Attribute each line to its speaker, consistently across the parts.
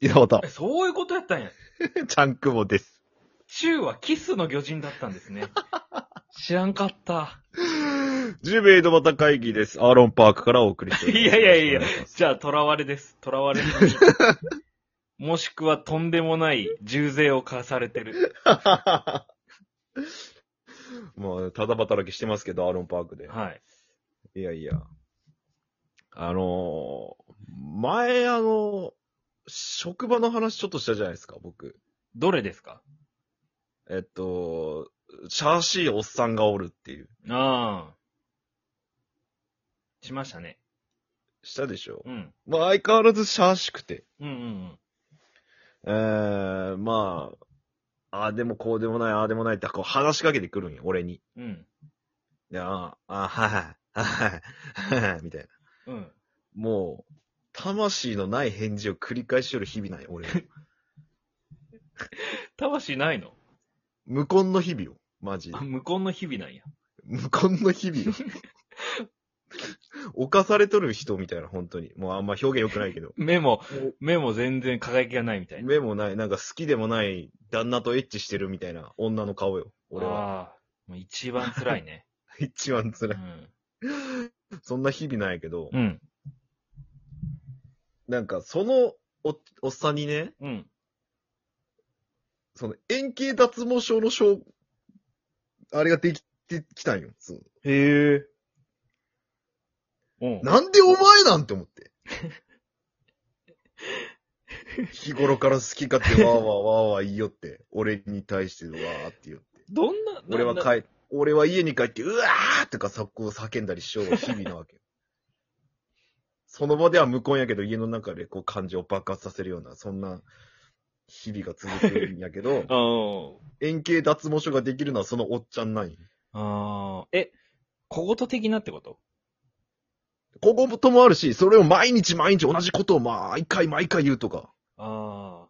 Speaker 1: 井戸 端
Speaker 2: え、そういうことやったんや。
Speaker 1: チャンクボです。
Speaker 2: 中はキスの魚人だったん ですね。知らんかった。
Speaker 1: ジュベ井戸端会議です。アーロンパークからお送りしております。
Speaker 2: いやいやいや
Speaker 1: よろしくお願します
Speaker 2: じゃあ、囚われです。囚わ れの身。もしくはとんでもない重税を課されてる。
Speaker 1: もう、ただ働きしてますけど、アーロンパークで。
Speaker 2: はい。
Speaker 1: いやいや。あのー、前、あの、職場の話ちょっとしたじゃないですか、僕。
Speaker 2: どれですか
Speaker 1: えっと、シャーシーおっさんがおるっていう。
Speaker 2: ああ。しましたね。
Speaker 1: したでしょ
Speaker 2: うん。
Speaker 1: まあ相変わらずシャーシくて。
Speaker 2: うんうん
Speaker 1: えー、まあ、ああでもこうでもない、ああでもないってこう話しかけてくるんよ、俺に。
Speaker 2: うん。うん。
Speaker 1: で、ああ、ああはいはい、はい はい、みたいな。
Speaker 2: うん。
Speaker 1: もう、魂のない返事を繰り返しよる日々なんよ、 俺の。
Speaker 2: 魂ないの
Speaker 1: 無根の日々よ、マジで
Speaker 2: あ、。無根の日々なんや。
Speaker 1: 無根の日々 よ。犯されとる人みたいな、本当に。もうあんま表現良くないけど。
Speaker 2: 目も、目も全然輝きがないみたいな。
Speaker 1: 目もない、なんか好きでもない旦那とエッチしてるみたいな女の顔よ。俺は。
Speaker 2: ああ。もう一番辛い ね。
Speaker 1: 一番
Speaker 2: う
Speaker 1: 辛い。
Speaker 2: ん。
Speaker 1: そんな日々なんやけど、
Speaker 2: うん。
Speaker 1: なんかそのおおっさんにね、
Speaker 2: うん。
Speaker 1: その円形脱毛症の症、あれができてきたんよ。そう
Speaker 2: へえ。うん。
Speaker 1: なんでお前なんて思 って。日頃から好き勝手わーわーわーわー言いよって、俺に対してわーって言って。
Speaker 2: どんな、
Speaker 1: 俺は
Speaker 2: なな、
Speaker 1: 帰、俺は家に帰って、うわーとかそこを叫んだりしようが日々なわけ。その場では無根やけど、家の中でこう感情を爆発させるような、そんな日々が続くんやけど
Speaker 2: あ
Speaker 1: 円形脱毛症ができるのはそのおっちゃんなんよ
Speaker 2: あ。ああ。え、小言的なってこと
Speaker 1: ここともあるし、それを毎日毎日同じことを毎回毎回言うとか。
Speaker 2: あ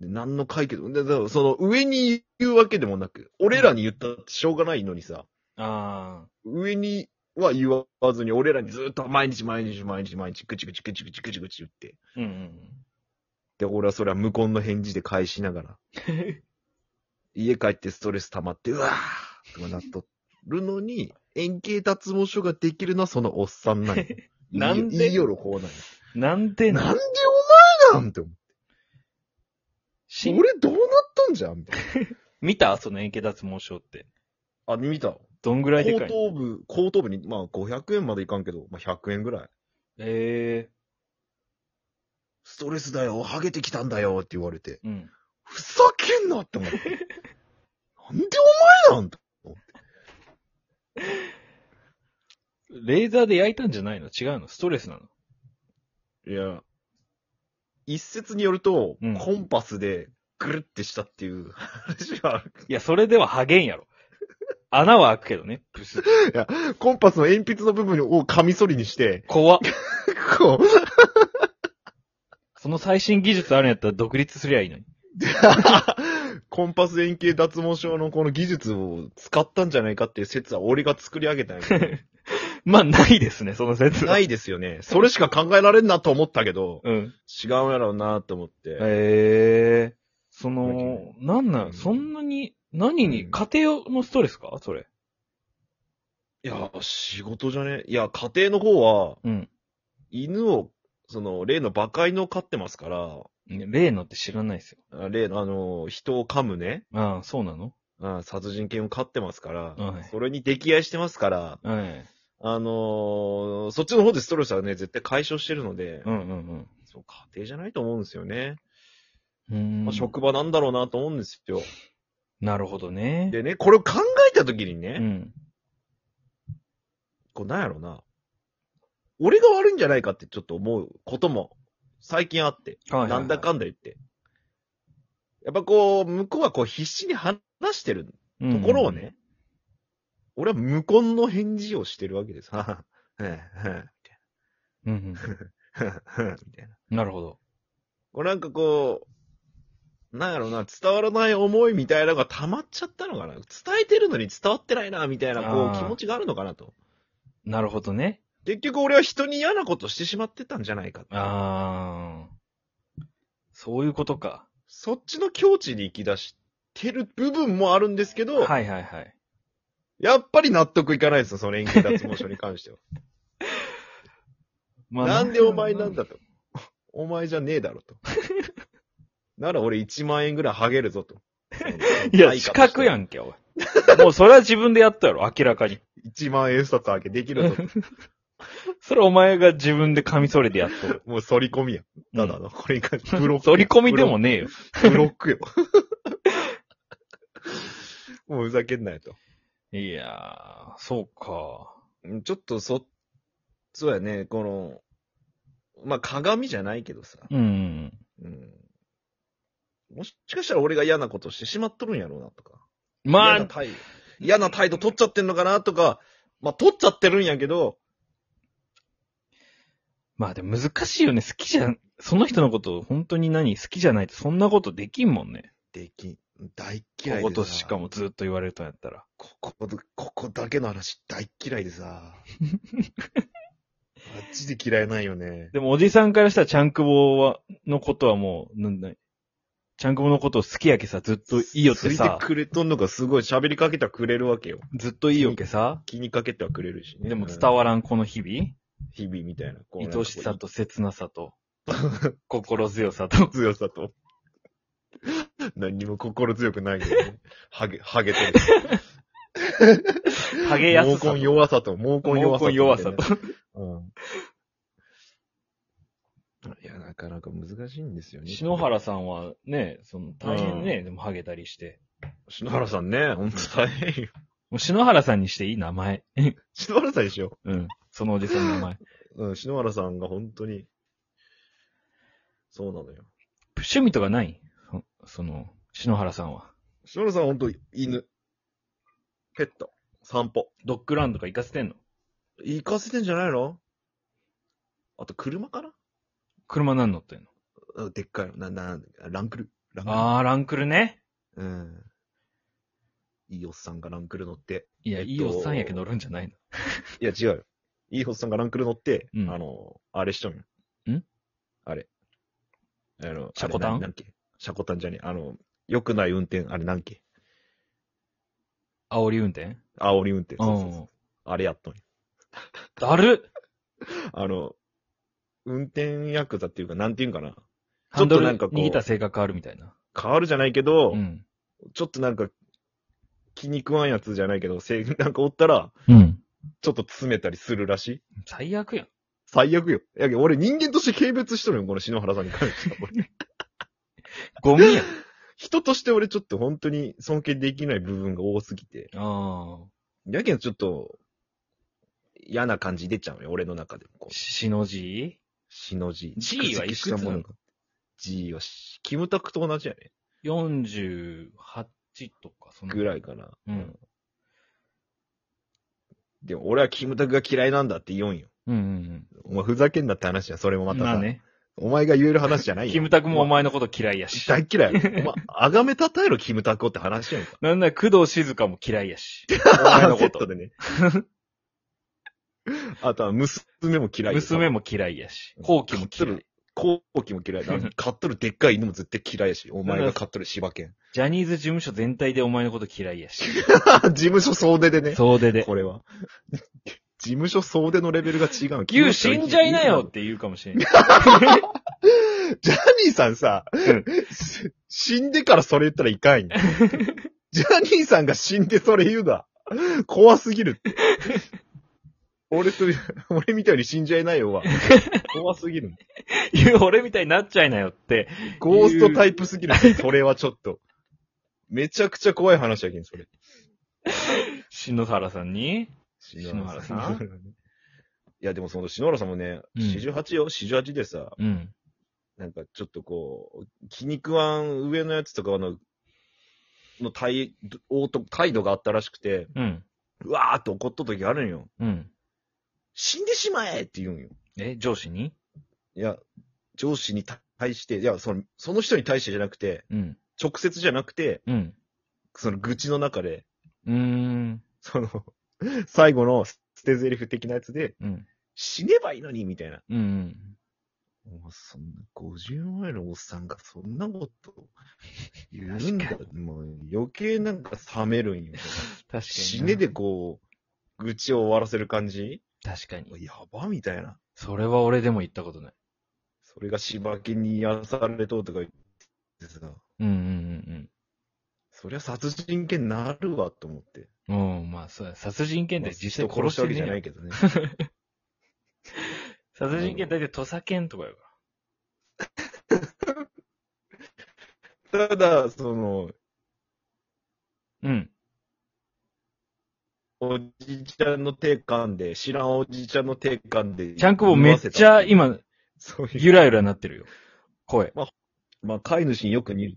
Speaker 1: で何の解決も、でだからその上に言うわけでもなく、俺らに言ったってしょうがないのにさ、
Speaker 2: あ。あ
Speaker 1: 上には言わずに、俺らにずっと毎日毎日毎日毎日、ぐちぐちぐちぐちぐちぐち言って。
Speaker 2: あ。うんうん
Speaker 1: で、俺はそれは無言の返事で返しなが ら、
Speaker 2: うん。
Speaker 1: 家帰ってストレス溜まって、うわーとかなっとるのに、円形脱毛症ができるのはそのおっさんなん よ
Speaker 2: なんで
Speaker 1: いいよろこうなんよ
Speaker 2: なんで
Speaker 1: なん
Speaker 2: な、
Speaker 1: でお前なんて思う
Speaker 2: し
Speaker 1: 俺どうなったんじゃんみたいな。
Speaker 2: 見たその円形脱毛症って。
Speaker 1: あ、見た
Speaker 2: どんぐらいで
Speaker 1: 後
Speaker 2: かいの
Speaker 1: 頭部、後頭部に、まあ500円までいかんけど、まあ100円ぐらい。
Speaker 2: え
Speaker 1: ストレスだよ、ハゲてきたんだよって言われて、
Speaker 2: えうん。
Speaker 1: ふざけんなって思 って。なんでお前なんて。
Speaker 2: レーザーで焼いたんじゃないの違うのストレスなの
Speaker 1: いや、一説によると、
Speaker 2: うん
Speaker 1: コンパスでぐるってしたっていう話がある。
Speaker 2: いや、それではハゲんやろ。穴は開くけどね。プスッ
Speaker 1: コンパスの鉛筆の部分をカミソリにして、
Speaker 2: 怖っ
Speaker 1: こう、
Speaker 2: その最新技術あるんやったら独立すりゃいいのに。
Speaker 1: コンパス円形脱毛症のこの技術を使ったんじゃないかっていう説は俺が作り上げたんやけど。
Speaker 2: まあ、ないですね、そ の説は。
Speaker 1: ないですよね。それしか考えられんなと思ったけど、
Speaker 2: うん。
Speaker 1: 違うやろうなと思って。
Speaker 2: ええそ
Speaker 1: ね
Speaker 2: の、なんな
Speaker 1: うん
Speaker 2: ん、そんなに、何
Speaker 1: う
Speaker 2: に、
Speaker 1: ん
Speaker 2: 家庭のストレスかそれ。
Speaker 1: いや、仕事じゃねいや、家庭の方は、
Speaker 2: うん。
Speaker 1: 犬を、その、例の馬飼いのを飼ってますから
Speaker 2: 例のって知らないですよ。、
Speaker 1: あ例の、あの、人を噛むね、
Speaker 2: ああ、そうなの
Speaker 1: あ殺人犬を飼ってますから、
Speaker 2: はい
Speaker 1: それに溺愛してますから、
Speaker 2: え
Speaker 1: あのーそっちの方でストレスはね、絶対解消してるので、
Speaker 2: えうんうん
Speaker 1: そう家庭じゃないと思うんですよね。
Speaker 2: うん。うーん
Speaker 1: まあ、職場なんだろうなと思うんですよ。
Speaker 2: なるほどね。
Speaker 1: でね、これを考えた時にね、
Speaker 2: うん。
Speaker 1: こうなんやろな。俺が悪いんじゃないかってちょっと思うことも最近あって。
Speaker 2: はいはいはい
Speaker 1: なんだかんだ言って。やっぱこう、向こうはこう必死に話してる
Speaker 2: うん
Speaker 1: ところをね、。俺は無根の返事をしてるわけです。ははは ええは
Speaker 2: うんうん。
Speaker 1: えはえはえみたいな。
Speaker 2: なるほど。
Speaker 1: こうなんかこう、なんやろな、伝わらない思いみたいなのが溜まっちゃったのかな。伝えてるのに伝わってないな、みたいなこ
Speaker 2: あ
Speaker 1: う
Speaker 2: ー
Speaker 1: 気持ちがあるのかなと。
Speaker 2: なるほどね。
Speaker 1: 結局俺は人に嫌なことしてしまってたんじゃないかって
Speaker 2: ああ。そういうことか。
Speaker 1: そっちの境地に行き出してる部分もあるんですけど、
Speaker 2: はいはいはい。
Speaker 1: やっぱり納得いかないですよ、その円形脱毛症に関しては。
Speaker 2: ま
Speaker 1: なんでお前なんだと。お前じゃねえだろと。 なら俺1万円ぐらいハゲるぞと。
Speaker 2: いや、資格や
Speaker 1: ん。
Speaker 2: んけ、おい。もうそれは自分でやったやろ、明らかに。
Speaker 1: 1万円札ハゲできるぞ と。
Speaker 2: それお前が自分でカミソリでやっとる。
Speaker 1: もう反り込みやん。ただ
Speaker 2: うん
Speaker 1: の、これに関して、ブロック。
Speaker 2: 反り込みでもねえよ。
Speaker 1: ブロック よ。もうふざけんなよと。
Speaker 2: いやー、そうか。
Speaker 1: うんちょっとそ、そうやね、この、まあ、鏡じゃないけどさ。
Speaker 2: うん。
Speaker 1: うん。もしかしたら俺が嫌なことしてしまっとるんやろうなとか。
Speaker 2: ま
Speaker 1: 嫌な
Speaker 2: あ、
Speaker 1: 態度。嫌な態度取っちゃってんのかなとか、まあ、取っちゃってるんやけど、
Speaker 2: まあでも難しいよね。好きじゃ、その人のこと本当に何好きじゃないとそんなことできんもんね。
Speaker 1: できん。大嫌
Speaker 2: こ
Speaker 1: い
Speaker 2: こ
Speaker 1: でさ。
Speaker 2: としかもずっと言われるとやったら。
Speaker 1: ここ、ここだけの話大嫌いで さ。マジで嫌いないよね。
Speaker 2: でもおじさんからしたらチャンクボは、のことはもう、なんだい。チャンクボのことを好きやけさ、ずっといいよって
Speaker 1: つい
Speaker 2: さ
Speaker 1: て、くれとんのがすごい喋りかけてはくれるわけよ。
Speaker 2: ずっといいよけさ、
Speaker 1: 気にかけてはくれるしね。
Speaker 2: でも伝わらんこの日々、
Speaker 1: うん日々みたいな。こう
Speaker 2: 愛しさ。と切なさ と、心強さと、
Speaker 1: 強さと。何にも心強くないけどね。ハゲ、ハゲとる。
Speaker 2: ハゲやす
Speaker 1: 毛
Speaker 2: さ
Speaker 1: 根
Speaker 2: と、
Speaker 1: 弱さと、毛根弱さと。
Speaker 2: 毛根弱さと。
Speaker 1: うん。いや、なかなか難しいんですよね。
Speaker 2: 篠原さんはね、その大変ね、でもハゲたりして。
Speaker 1: 篠原さんね、ほんと大変よ。
Speaker 2: もう篠原さんにしていい名前。
Speaker 1: 篠原さんでしょ。
Speaker 2: うん。そのおじさんの名前。
Speaker 1: うん、篠原さんが本当に、そうなのよ。
Speaker 2: 趣味とかないそその、篠原さんは。
Speaker 1: 篠原さんは本当犬。ペット。散歩。
Speaker 2: ドッグランとか行かせてんの
Speaker 1: 行かせてんじゃないのあと車かな
Speaker 2: 車なん乗ってんの
Speaker 1: うんでっかいの。な、な、ランクル。ランクル。
Speaker 2: あー、ランクルね。
Speaker 1: うん。いいおっさんがランクル乗って。
Speaker 2: いや、
Speaker 1: えっと
Speaker 2: いいおっさんやけど乗るんじゃないの。
Speaker 1: いや、違うよ。いいおっさんがランクル乗って、
Speaker 2: うん
Speaker 1: あの、あれしとんよ。
Speaker 2: ん
Speaker 1: あれ。あの、
Speaker 2: シャコタン
Speaker 1: あれなんなんけシャコタンじゃねえ。あの、良くない運転、あれなんけ
Speaker 2: 煽り運転
Speaker 1: 煽り運転。そうそう
Speaker 2: う。
Speaker 1: そうんあれやっとんよ。
Speaker 2: だるっ
Speaker 1: あの、運転ヤクザっていうか、なんていうんかな。
Speaker 2: ハンドル
Speaker 1: なんかこう
Speaker 2: 握った性格変わるみたいな。
Speaker 1: 変わるじゃないけど、
Speaker 2: うん。
Speaker 1: ちょっとなんか、気に食わんやつじゃないけど、せい なんかおったら、
Speaker 2: うん。
Speaker 1: ちょっと詰めたりするらしい。
Speaker 2: 最悪やん。
Speaker 1: 最悪よ。やけど俺人間として軽蔑しとるよ、この篠原さんに関しては。俺
Speaker 2: ゴミやん。
Speaker 1: 人として俺ちょっと本当に尊敬できない部分が多すぎて。
Speaker 2: あ
Speaker 1: やけんちょっと、嫌な感じ出ちゃうよ、俺の中でも。こ
Speaker 2: ー。
Speaker 1: う、
Speaker 2: しのじ
Speaker 1: しのじ。
Speaker 2: G はいくつ
Speaker 1: 蓄積した
Speaker 2: なの
Speaker 1: ものが ?G はし、キムタクと同じやね。
Speaker 2: い ?48 とか、その
Speaker 1: ぐらいかな。
Speaker 2: うん。
Speaker 1: でも俺はキムタクが嫌いなんだって言おんよ。
Speaker 2: うんうん
Speaker 1: お前ふざけんなって話や、それも
Speaker 2: う
Speaker 1: ま
Speaker 2: ん。
Speaker 1: たさ。
Speaker 2: まあね。
Speaker 1: お前が言える話じゃないよ。
Speaker 2: キムタクもお前のこと嫌いやし。
Speaker 1: 大っ嫌いやろ。お前、あがめたたえろ、キムタクをって話やんか。
Speaker 2: なんなら工藤静香も嫌いや し。お前の
Speaker 1: セット
Speaker 2: こと。
Speaker 1: でね。あとは、娘も嫌いよ。
Speaker 2: 娘も嫌いやし。後期も嫌い。
Speaker 1: 後期も嫌いだ。飼っとるでっかい犬も絶対嫌いやし、お前が飼っとる柴 犬。
Speaker 2: ジャニーズ事務所全体でお前のこと嫌いや し。
Speaker 1: 事務所総出でね。
Speaker 2: 総出で。
Speaker 1: これは。 事務所総出のレベルが違 う。
Speaker 2: 牛死んじゃいなよって言うかもしれん。
Speaker 1: ジャニーさんさ、
Speaker 2: ん
Speaker 1: 死んでからそれ言ったらいかん よ。ジャニーさんが死んでそれ言うな。怖すぎる って。俺と、俺みたいに死んじゃいないよは。怖すぎる。
Speaker 2: いや 俺みたいになっちゃいなよって。
Speaker 1: ゴーストタイプすぎる。 それはちょっと。めちゃくちゃ怖い話やけん、それ。
Speaker 2: 篠原さんに
Speaker 1: 篠
Speaker 2: 原さん
Speaker 1: いや、でもその篠原さんもね、
Speaker 2: うん
Speaker 1: 48よ、48でさ、
Speaker 2: うん。
Speaker 1: なんかちょっとこう、気に食わん上のやつとかの、の態度態度があったらしくて、
Speaker 2: うん。
Speaker 1: うわーって怒った時あるんよ。
Speaker 2: うん。
Speaker 1: 死んでしまえって言うんよ。
Speaker 2: え、上司に
Speaker 1: いや、上司に対して、いや、その、その人に対してじゃなくて、
Speaker 2: うん。
Speaker 1: 直接じゃなくて、
Speaker 2: うん。
Speaker 1: その愚痴の中で、
Speaker 2: うーん。
Speaker 1: その、最後の捨て台詞的なやつで、
Speaker 2: うん。
Speaker 1: 死ねばいいのに、みたいな。
Speaker 2: うん。
Speaker 1: もうそんな50前のおっさんがそんなこと言うんだ
Speaker 2: 確。
Speaker 1: もう余計なんか冷めるんよ。
Speaker 2: 確かに。
Speaker 1: 死ねで。こう、愚痴を終わらせる感じ
Speaker 2: 確かに。
Speaker 1: やばみたいな。
Speaker 2: それは俺でも言ったことない。
Speaker 1: それが柴犬に癒されとうとか言ってさ、
Speaker 2: うんうん
Speaker 1: そりゃ殺人犬になるわと思って。
Speaker 2: うんうん。うん、まあ、そうや殺人犬って実際
Speaker 1: まあ人殺
Speaker 2: 殺
Speaker 1: し
Speaker 2: したて
Speaker 1: わ
Speaker 2: わ
Speaker 1: け
Speaker 2: け
Speaker 1: じ
Speaker 2: じ
Speaker 1: ゃ
Speaker 2: ゃ
Speaker 1: な
Speaker 2: ないい。
Speaker 1: けどね。
Speaker 2: 殺人犬大体土佐犬とかやか
Speaker 1: ただ、その、
Speaker 2: ら。うん。
Speaker 1: おじちゃんの手噛んで、知らんおじちゃんの手噛んで。
Speaker 2: ちゃんくぼめっちゃ今、
Speaker 1: そういう
Speaker 2: ゆらゆらなってるよ。声。
Speaker 1: まあ、飼い主によく似る。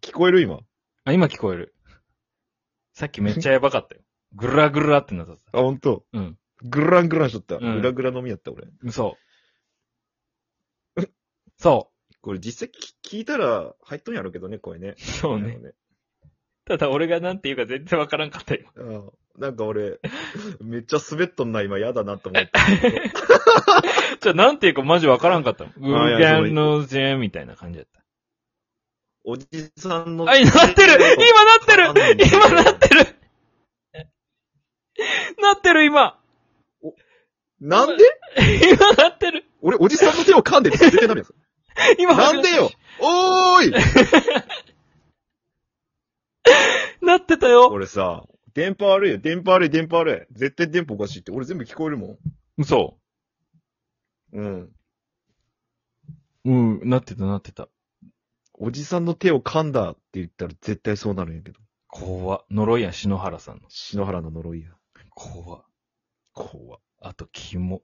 Speaker 1: 聞こえる今。
Speaker 2: あ、今聞こえる。さっきめっちゃやばかったよ。ぐらぐらってなったさ。
Speaker 1: あ、ほんと。
Speaker 2: うん。
Speaker 1: グラングランしとった。
Speaker 2: うん
Speaker 1: グラグラ飲みやった、俺。
Speaker 2: そう。そ
Speaker 1: これ実際聞聞いたら入っとんやろうけどね、声ね。
Speaker 2: う。そう
Speaker 1: な
Speaker 2: ね
Speaker 1: ん。かね。
Speaker 2: ただ俺がなんて言うか全然わからんかったよ。
Speaker 1: あなんか俺、めっちゃ滑っとんな、今嫌だなと思って。
Speaker 2: じゃあなんて言うかマジわからんかったもん。
Speaker 1: あいや
Speaker 2: うーんのジェみたいな感じだっ
Speaker 1: おじさんの。
Speaker 2: た。あ、なってる今なってる今なってるなってる今
Speaker 1: なんで
Speaker 2: 今なってる
Speaker 1: 俺、おじさんの手を噛んでるって絶対なる やつ。
Speaker 2: 今
Speaker 1: なんでよおーい
Speaker 2: なってたよ
Speaker 1: 俺さ、電波悪いよ、電波悪い、電波悪い。絶対電波おかしいって。俺全部聞こえるも
Speaker 2: 嘘。
Speaker 1: ん。うん。
Speaker 2: うん、なってたなってた。
Speaker 1: おじさんの手を噛んだって言ったら絶対そうなるんやけど。
Speaker 2: 怖っ呪いや、篠原さんの。
Speaker 1: 篠原の呪いや。
Speaker 2: 怖っ
Speaker 1: 怖
Speaker 2: あと、肝。